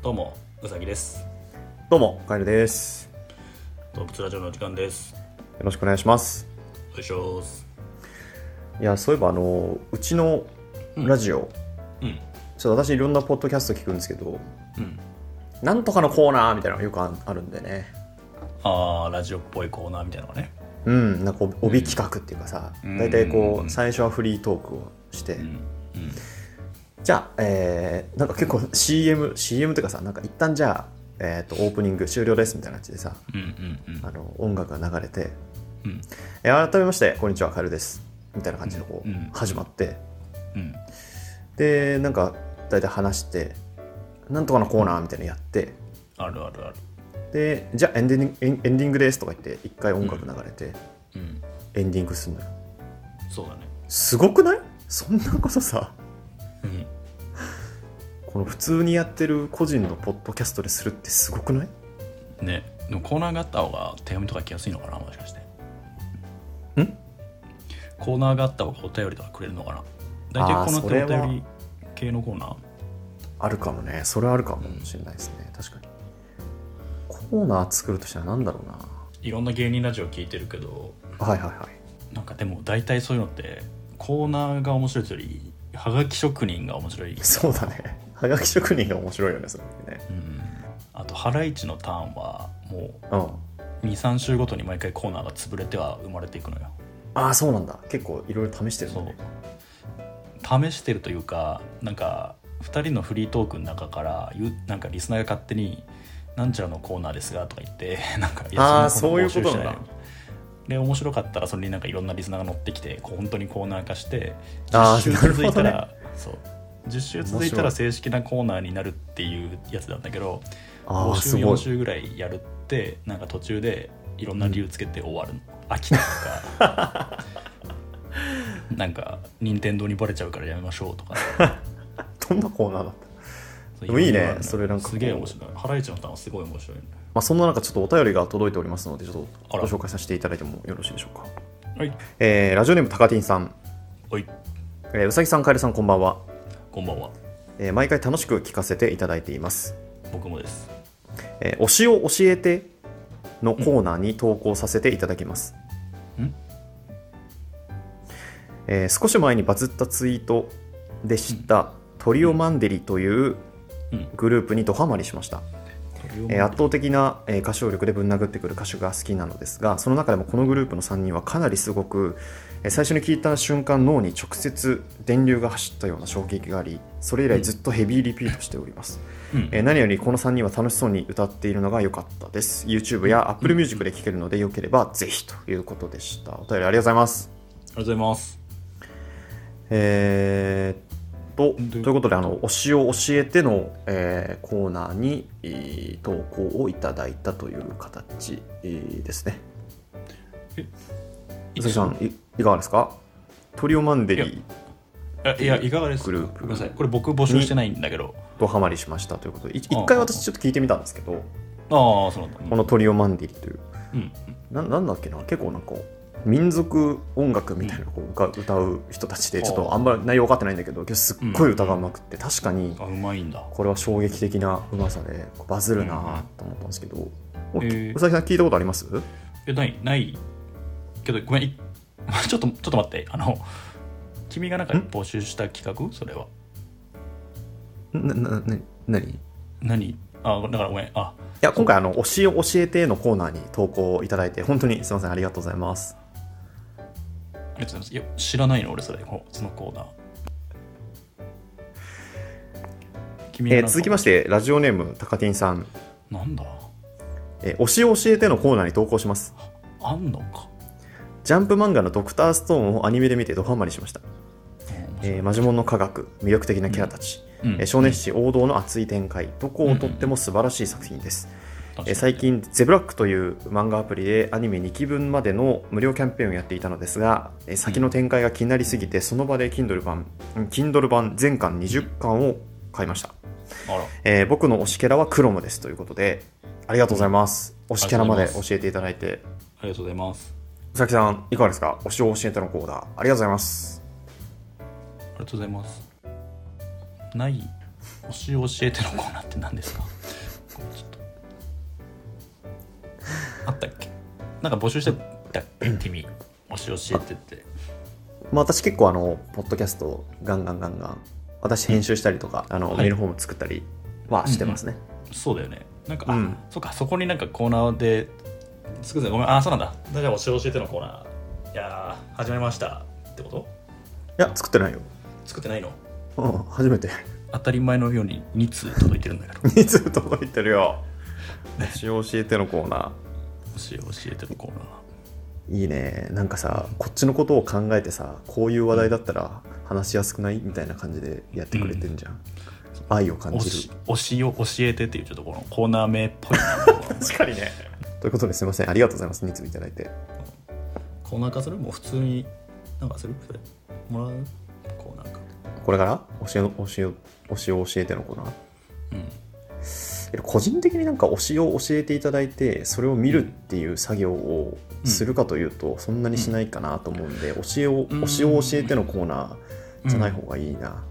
どうもうさぎですどうも、カエルです。動物ラジオの時間ですよろしくお願いします。おいしょーすいや、そういえば、あの、うちのラジオ、うんちょっと私いろんなポッドキャスト聞くんですけど、うんなんとかのコーナーみたいなのがよくああるんでね。あーラジオっぽいコーナーみたいなのがねうん、なんかお帯企画っていうかさ、うん大体こう、最初はフリートークをして、うんうんじゃあ、えー、なんか結構 CM、CM っていうかさ、なんか一旦じゃあ、えっ、と、オープニング終了ですみたいな感じでさ、うんうんあの、音楽が流れて、うんえー改めまして、こんにちは、カエルです。みたいな感じでこう、うん始まって、うんでなんか大体話してなんとかのコーナーみたいなのやってあるあるあるでじゃあエンディングエンエンディングですとか言って一回音楽流れてうんエンディングするのよそうだねすごくないそんなことさうんこの普通にやってる個人のポッドキャストでするってすごくないねでもコーナーがあった方が手紙とか来やすいのかなもしかしてんコーナーがあった方がお便りとかくれるのかな大体あーコーナーそれっはてお便り系のコーナーあるかもねそれはあるかもしれないですね確かにコーナー作るとしたら何だろうないろんな芸人ラジオ聞いてるけどはいはいはいなんかでも大体そういうのってコーナーが面白いというよりはがき職人が面白い、そうだねはがき職人が面白いよねそれってねうん、あとハライチのターンはもうんう23週ごとに毎回コーナーが潰れては生まれていくのよああそうなんだ結構いろいろ試してるそうのね試してるというかなんか2人のフリートークの中からゆなんかリスナーが勝手に「なんちゃらのコーナーですが」とか言って なんかいやあーんなそういうことなんだ募集していで面白かったらそれになんかいろんなリスナーが乗ってきてこう本当にコーナー化してあー10週続いたなるら、そう10週続いた面白らい正式なコーナーになるっていうやつなんだけどあ5あ週すご4い週ぐらいやるってなんか途中でいろんな理由つけて終わるの、飽きたとか なんか任天堂にバレちゃうからやめましょうとかどんなコーナーだったそうでもいいねろろあるのよそれなんかこうすげえ面白いハライチのターンすごい面白いねまあ、そんな中ちょっとお便りが届いておりますのでちょっとあごら紹介させていただいてもよろしいでしょうか、はいえーラジオネームたかてんさん、おいえーうさぎさんかえるさんこんばんは、こんばんはえー毎回楽しく聞かせていただいています、僕もですえー推しを教えてのコーナーに投稿させていただきます、うんえー少し前にバズったツイートで知ったトリオマンデリといううんグループにドハマりしましたえー圧倒的な、えー歌唱力でぶん殴ってくる歌手が好きなのですがその中でもこのグループの3人はかなりすごく、えー最初に聞いた瞬間脳に直接電流が走ったような衝撃がありそれ以来ずっとヘビーリピートしております、うんえー何よりこの3人は楽しそうに歌っているのが良かったです YouTube や Apple Music で聴けるのでよければぜひということでしたお便りありがとうございますありがとうございますえーっとんということであの推しを教えての、えーコーナーに、えー投稿をいただいたという形、えーですね。い鈴木さんいいかがですかトリオマンデリーあいやいかがですかグルーごプめんなさいこれ僕募集してないんだけどドハマりしましたということでいああ一回私ちょっと聞いてみたんですけどああそうなんだこのトリオマンデリーといううんななんだっけな結構なんか民族音楽みたいなこうが歌う人たちでちょっとあんまり内容分かってないんだけどけどすっごい歌がうまくって確かにあうまいんだこれは衝撃的なうまさでバズるなと思ったんですけど、うんおえーうさぎさん聞いたことありますえないないけどごめんい ちょっとちょっと待ってあの君がなんかん募集した企画それはななな何い何あだからごめんあや今回あの「推しを教えて」のコーナーに投稿いただいて本当にすみませんありがとうございますありがとうございますいや知らないの俺それほそのコーナー君えーなんか続きましてラジオネームたかてんさん、なんだえー推しを教えて」のコーナーに投稿しますあんのか、ジャンプ漫画の「ドクターストーン」をアニメで見てドハマりしました、うんえーマジモンの科学魅力的なキャラたち、うんえー少年誌王道の熱い展開どこをとっても素晴らしい作品です、確かにえー最近「ゼブラック」という漫画アプリでアニメ2期分までの無料キャンペーンをやっていたのですがえー先の展開が気になりすぎてその場で Kindle 版うん Kindle 版全巻20巻を買いました、あらえー僕の推しキャラはクロムですということでありがとうございます推しキャラまありでがとうございます教えていただいてありがとうございます宇崎さんいかがですか推しを教えてのコーナーありがとうございますありがとうございますない推し教えてのコーナーって何ですかなんか募集してたっけ君もし教えてってまあ、私結構あのポッドキャストガンガンガンガン私編集したりとか、あのはいメールフォーム作ったりはしてますね、そうだよねなんか、あうんそっかそこになんかコーナーでつくぜごめんあそうなんだじゃあ教えてのコーナーいやー始めましたってこといや作ってないよ、作ってないのうん、初めて当たり前のように2通届いてるんだけど もいつ届いてるよ私教えてのコーナし教えてのコーナーーいいねなんかさこっちのことを考えてさこういう話題だったら話しやすくないみたいな感じでやってくれてんじゃん、愛を感推じしる推しを教えてっていうちょっとこのコーナー名っぽいな確かにねということですいませんありがとうございます2ついただいてコーナー化するもう普通になんかするそれもらうコーナーかこれから教えの教え教えを教えてのコーナーうんえ個人的になんか推しを教えていただいてそれを見るっていう作業をするかというと、そんなにしないかなと思うんで、推しをうん推しを教えてのコーナーじゃない方がいいな、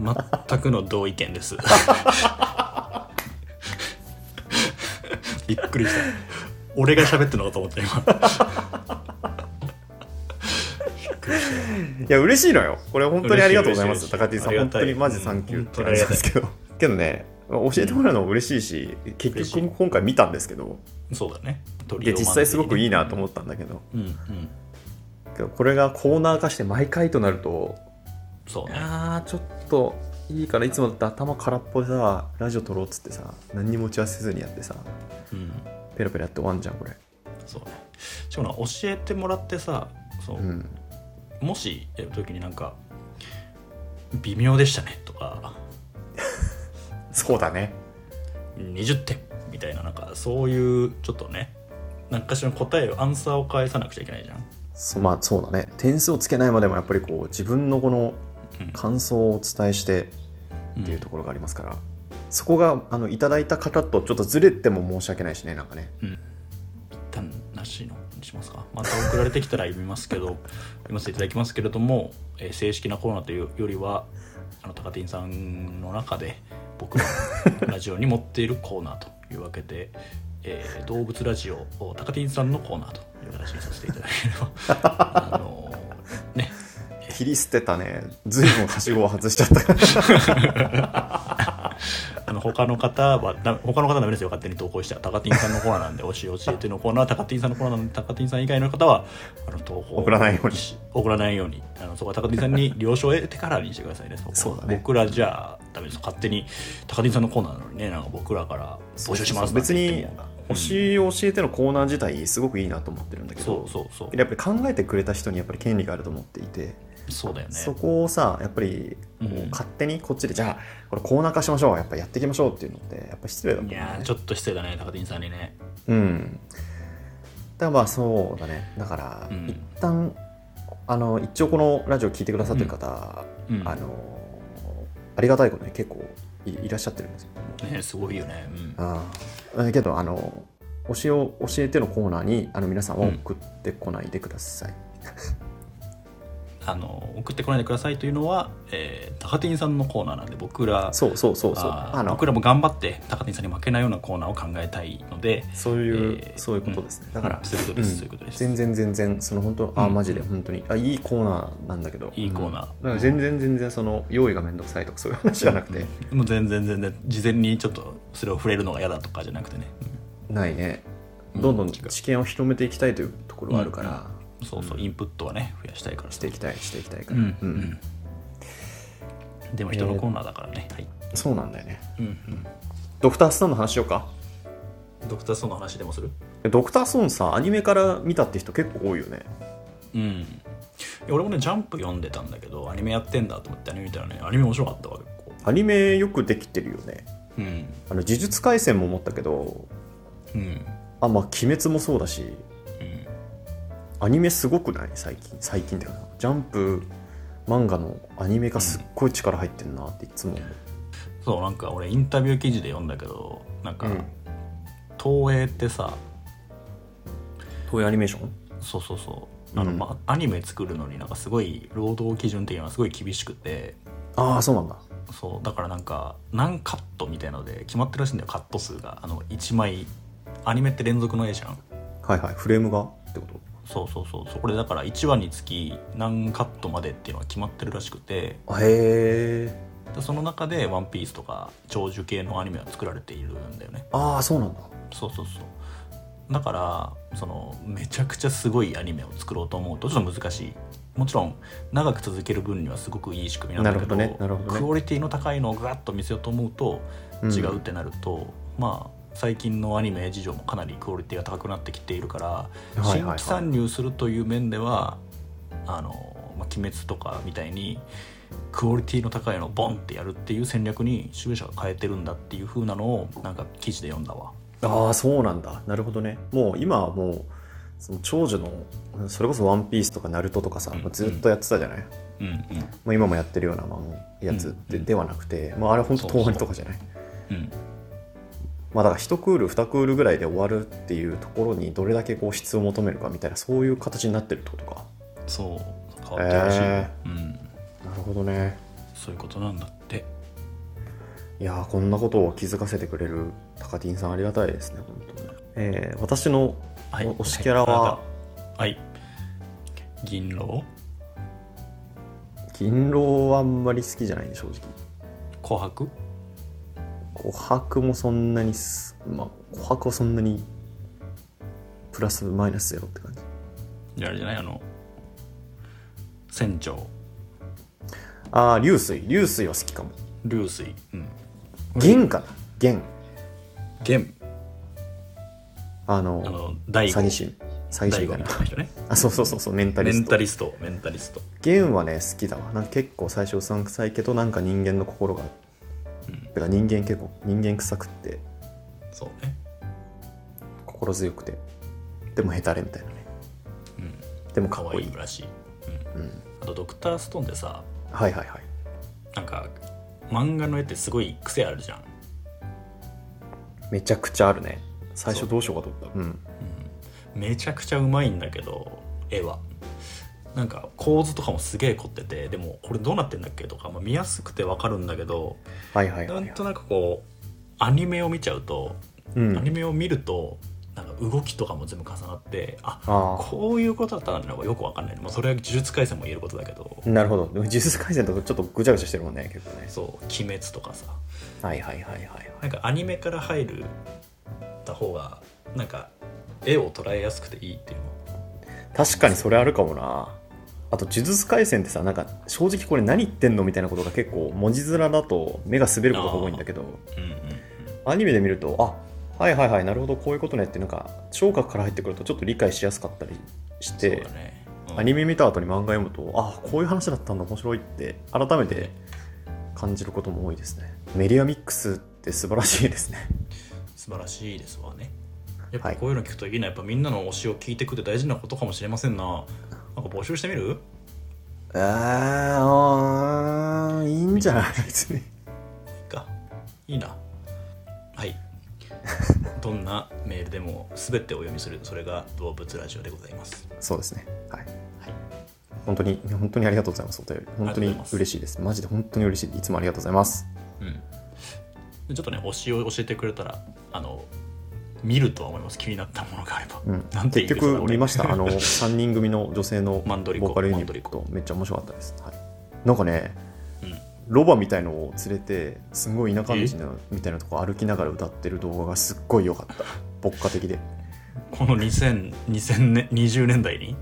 全くの同意見です びっくりした俺が喋ってるのかと思った今びっくりしいや嬉しいのよこれ本当にありがとうございます嬉しい高木さあんりが本たい当にマジサンキューうんって感じなんですけどけどね教えてもらうのも嬉しいし、結嬉しい局今回見たんですけどたそうだねで実際すごくいいなと思思ったんだけどうんうんけどこれがコーナー化して毎回となるとそうねあーちょっといいからいつもだって頭空っぽでさラジオ撮ろうっつってさ何にも打ち合わせせずにやってさうんペロペロやって終わんじゃんこれそうねしかもな教えてもらってさそう、うんもしやるときになんか「微妙でしたね」とかそうだね「20点」みたいななんかそういうちょっとね何かしらの答えをアンサーを返さなくちゃいけないじゃんそまあそうだね点数をつけないまでもやっぱりこう自分のこのうん感想をお伝えしてっていうところがありますから、そこがあのいただいた方とちょっとずれても申し訳ないしねなんかねうん、一旦なしのにしますかまた送られてきたら読みますけど読ませていただきますけれども、えー正式なコーナーというよりはあの高ンさんの中で僕のラジオに持っているコーナーというわけで、えー動物ラジオを高ンさんのコーナーという形にさせていただければあのーね切り捨てたねずいぶんはしごを外しちゃった あの他の方はだ他の方はダメですよ勝手に投稿しては高ンさんのコーナーなんで教え教えてのコーナーは高ンさんのコーナーなんで高ンさん以外の方はあの投稿を送らないように送らないようにあのそこは高木さんに了承を得てからにしてくださいねこはそうだね僕らじゃあダメです勝手に高木さんのコーナーなのにねなんか僕らから募集しますなん別て言に っても推しを教えてのコーナー自体すごくいいなと思ってるんだけど、そうそうそうやっぱり考えてくれた人にやっぱり権利があると思っていて、そうだよねそこをさやっぱりこううん勝手にこっちで、じゃあこれコーナー化しましょうやっぱやっていきましょうっていうのってやっぱ失礼だもんいねやーちょっと失礼だね高木さんにねうんだからまあそうだねだから、うん一旦あの一応このラジオ聞いてくださってる方、うんあのありがたいことに結構いいらっしゃってるんですよねすごいよねうんああだけどあの推しを教えてのコーナーにあの皆さんは送ってこないでください、あの送ってこないでくださいというのは、えー、高木さんのコーナーなんで僕らそうそうそうそうああーの僕らも頑張って高木さんに負けないようなコーナーを考えたいのでそういう、えーそういうことですね、だから、そういうことですそういうことです全然全然その本当あうーんマジで本当にあいいコーナーなんだけどいいコーナーうんだから全然全然その用意がめんどくさいとかそういう話じゃなくて、もう全然全然事前にちょっとそれを触れるのが嫌だとかじゃなくてね、ないねうんどんどん知見を広めていきたいというところはあるから、うんそうそう、インプットはね増やしたいからししていきたいしていきたいかうら、ん、ううんんでも人のコーナーだからね、はい、そうなんだよねうんうん、ドクターストーンの話しようかドクター・ソンの話でもするドクターストーンさアニメから見たって人結構多いよねうんいや俺もね「ジャンプ」読んでたんだけどアニメやってんだと思ってアニメ見たらねアニメ面白かったわ結構アニメよくできてるよねうんあの呪術廻戦も思ったけどうんうんあまあ鬼滅もそうだしアニメすごくない最近最近だよなジャンプ漫画のアニメがすっごい力入ってるなっていつも思う、そうなんか俺インタビュー記事で読んだけどなんか、うん東映ってさ東映アニメーションそうそうそうあの、うんまアニメ作るのになんかすごい労働基準的にはすごい厳しくてああそうなんだそうだからなんか何カットみたいので決まってるらしいんだよカット数があの1枚アニメって連続の絵じゃんはいはいフレームがってことそうそうそうそうこれだから1話につき何カットまでっていうのは決まってるらしくてへえでその中で「ワンピースとか長寿系のアニメは作られているんだよねああそうなんだそうそうそうだからそのめちゃくちゃすごいアニメを作ろうと思うとちょっと難しいもちろん長く続ける分にはすごくいい仕組みなんだけどなるほどねなるほどねクオリティの高いのをガッと見せようと思うとうん違うってなると、まあ最近のアニメ事情もかなりクオリティが高くなってきているから、いはいは新規い参入するという面ではあの、まあ、鬼滅とかみたいにクオリティの高いのをボンってやるっていう戦略に集英社が変えてるんだっていう風なのをなんか記事で読んだわ。ああそうなんだなるほどねもう今はもうその長寿のうんそれこそ「ワンピースとか「ナルトとかさ、うんもうずっとやってたじゃない、うんうんもう今もやってるような、まあ、もうやつで,、うんではなくて、まあ、あれ本そ当う東そう映とかじゃないうんまあだから1クール2クールぐらいで終わるっていうところにどれだけこう質を求めるかみたいなそういう形になってるってことかそう変わってほしい、えうん、なるほどねそういうことなんだっていやーこんなことを気づかせてくれる高ンさんありがたいですね本当に、えー私のはいお推しキャラははい銀狼銀狼はあんまり好きじゃないね正直琥珀琥珀もそんなにすまあ琥珀はそんなにプラスマイナスゼロって感じいやあれじゃないあの船長ああ流水流水は好きかも流水うん銀かな銀玄ああのの大詐悟欺師詐欺大師み悟たいみなたいな人ねあそうそうそうそうメンタメリスントタリストメンタリストゲンはね好きだわなんか結構最初うさんくさいけどなんか人間の心がうんてか人間結構人間臭くってそうね心強くてでもヘタレみたいなねうんでもか可っこ愛いいいらしい、うん、うん、あとドクターストーンでさはいはいはいなんか漫画の絵ってすごい癖あるじゃんめちゃくちゃあるね最初そうどうしようかと思ったうんめちゃくちゃうまいんだけど絵はなんか構図とかもすげえ凝っててでもこれどうなってんだっけとか、まあ、見やすくてわかるんだけどはいはいなはいんはいとなくこうアニメを見ちゃうと、うアニんメを見るとなんか動きとかも全部重なってああこういうことだったんだよくわかんない、まあ、それは呪術廻戦も言えることだけどあなるほどでも呪術廻戦とかちょっとぐちゃぐちゃしてるもんね結構ねそう「鬼滅」とかさはいはいはいはいなんかアニメから入るた方がなんか絵を捉えやすくていいっていうの確かにそれあるかもなあと呪術廻戦ってさなんか正直これ何言ってんのみたいなことが結構文字面だと目が滑ることが多いんだけどうんうんアニメで見るとあはいはいはいなるほどこういうことねってなんか聴覚から入ってくるとちょっと理解しやすかったりしそうてだ、ね、うんアニメ見た後に漫画読むとあこういう話だったんだ面白いって改めて感じることも多いですねメディアミックスって素晴らしいです ね素晴らしいですわねやっはぱいこういうの聞くといいなやっぱみんなの推しを聞いてくって大事なことかもしれませんななんか募集してみるえーあーいいんじゃ ないですいねいかいいなはいどんなメールでも全てお読みするそれが動物ラジオでございますそうですねはいはい本当に本当にありがとうございますお便り本当ありがとうございにます嬉しいですマジで本当に嬉しいいつもありがとうございますうんでちょっとね推しを教えてくれたらあの見るとは思います気になったものがあれば、うんなんていい結んですか局俺見ました あの3人組の女性のボマンドリコーカルユニマンドリッコトめっちゃ面白かったです、はい、なんかねうんロバみたいのを連れてすごい田舎道のみたいなとこ歩きながら歌ってる動画がすっごい良か った牧歌的で この2000 2000年20年代に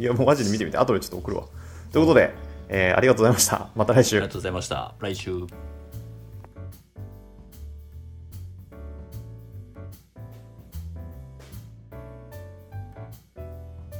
いやもうマジで見てみて後でちょっと送るわということで、えーありがとうございましたまた来あ週りがとうございました来週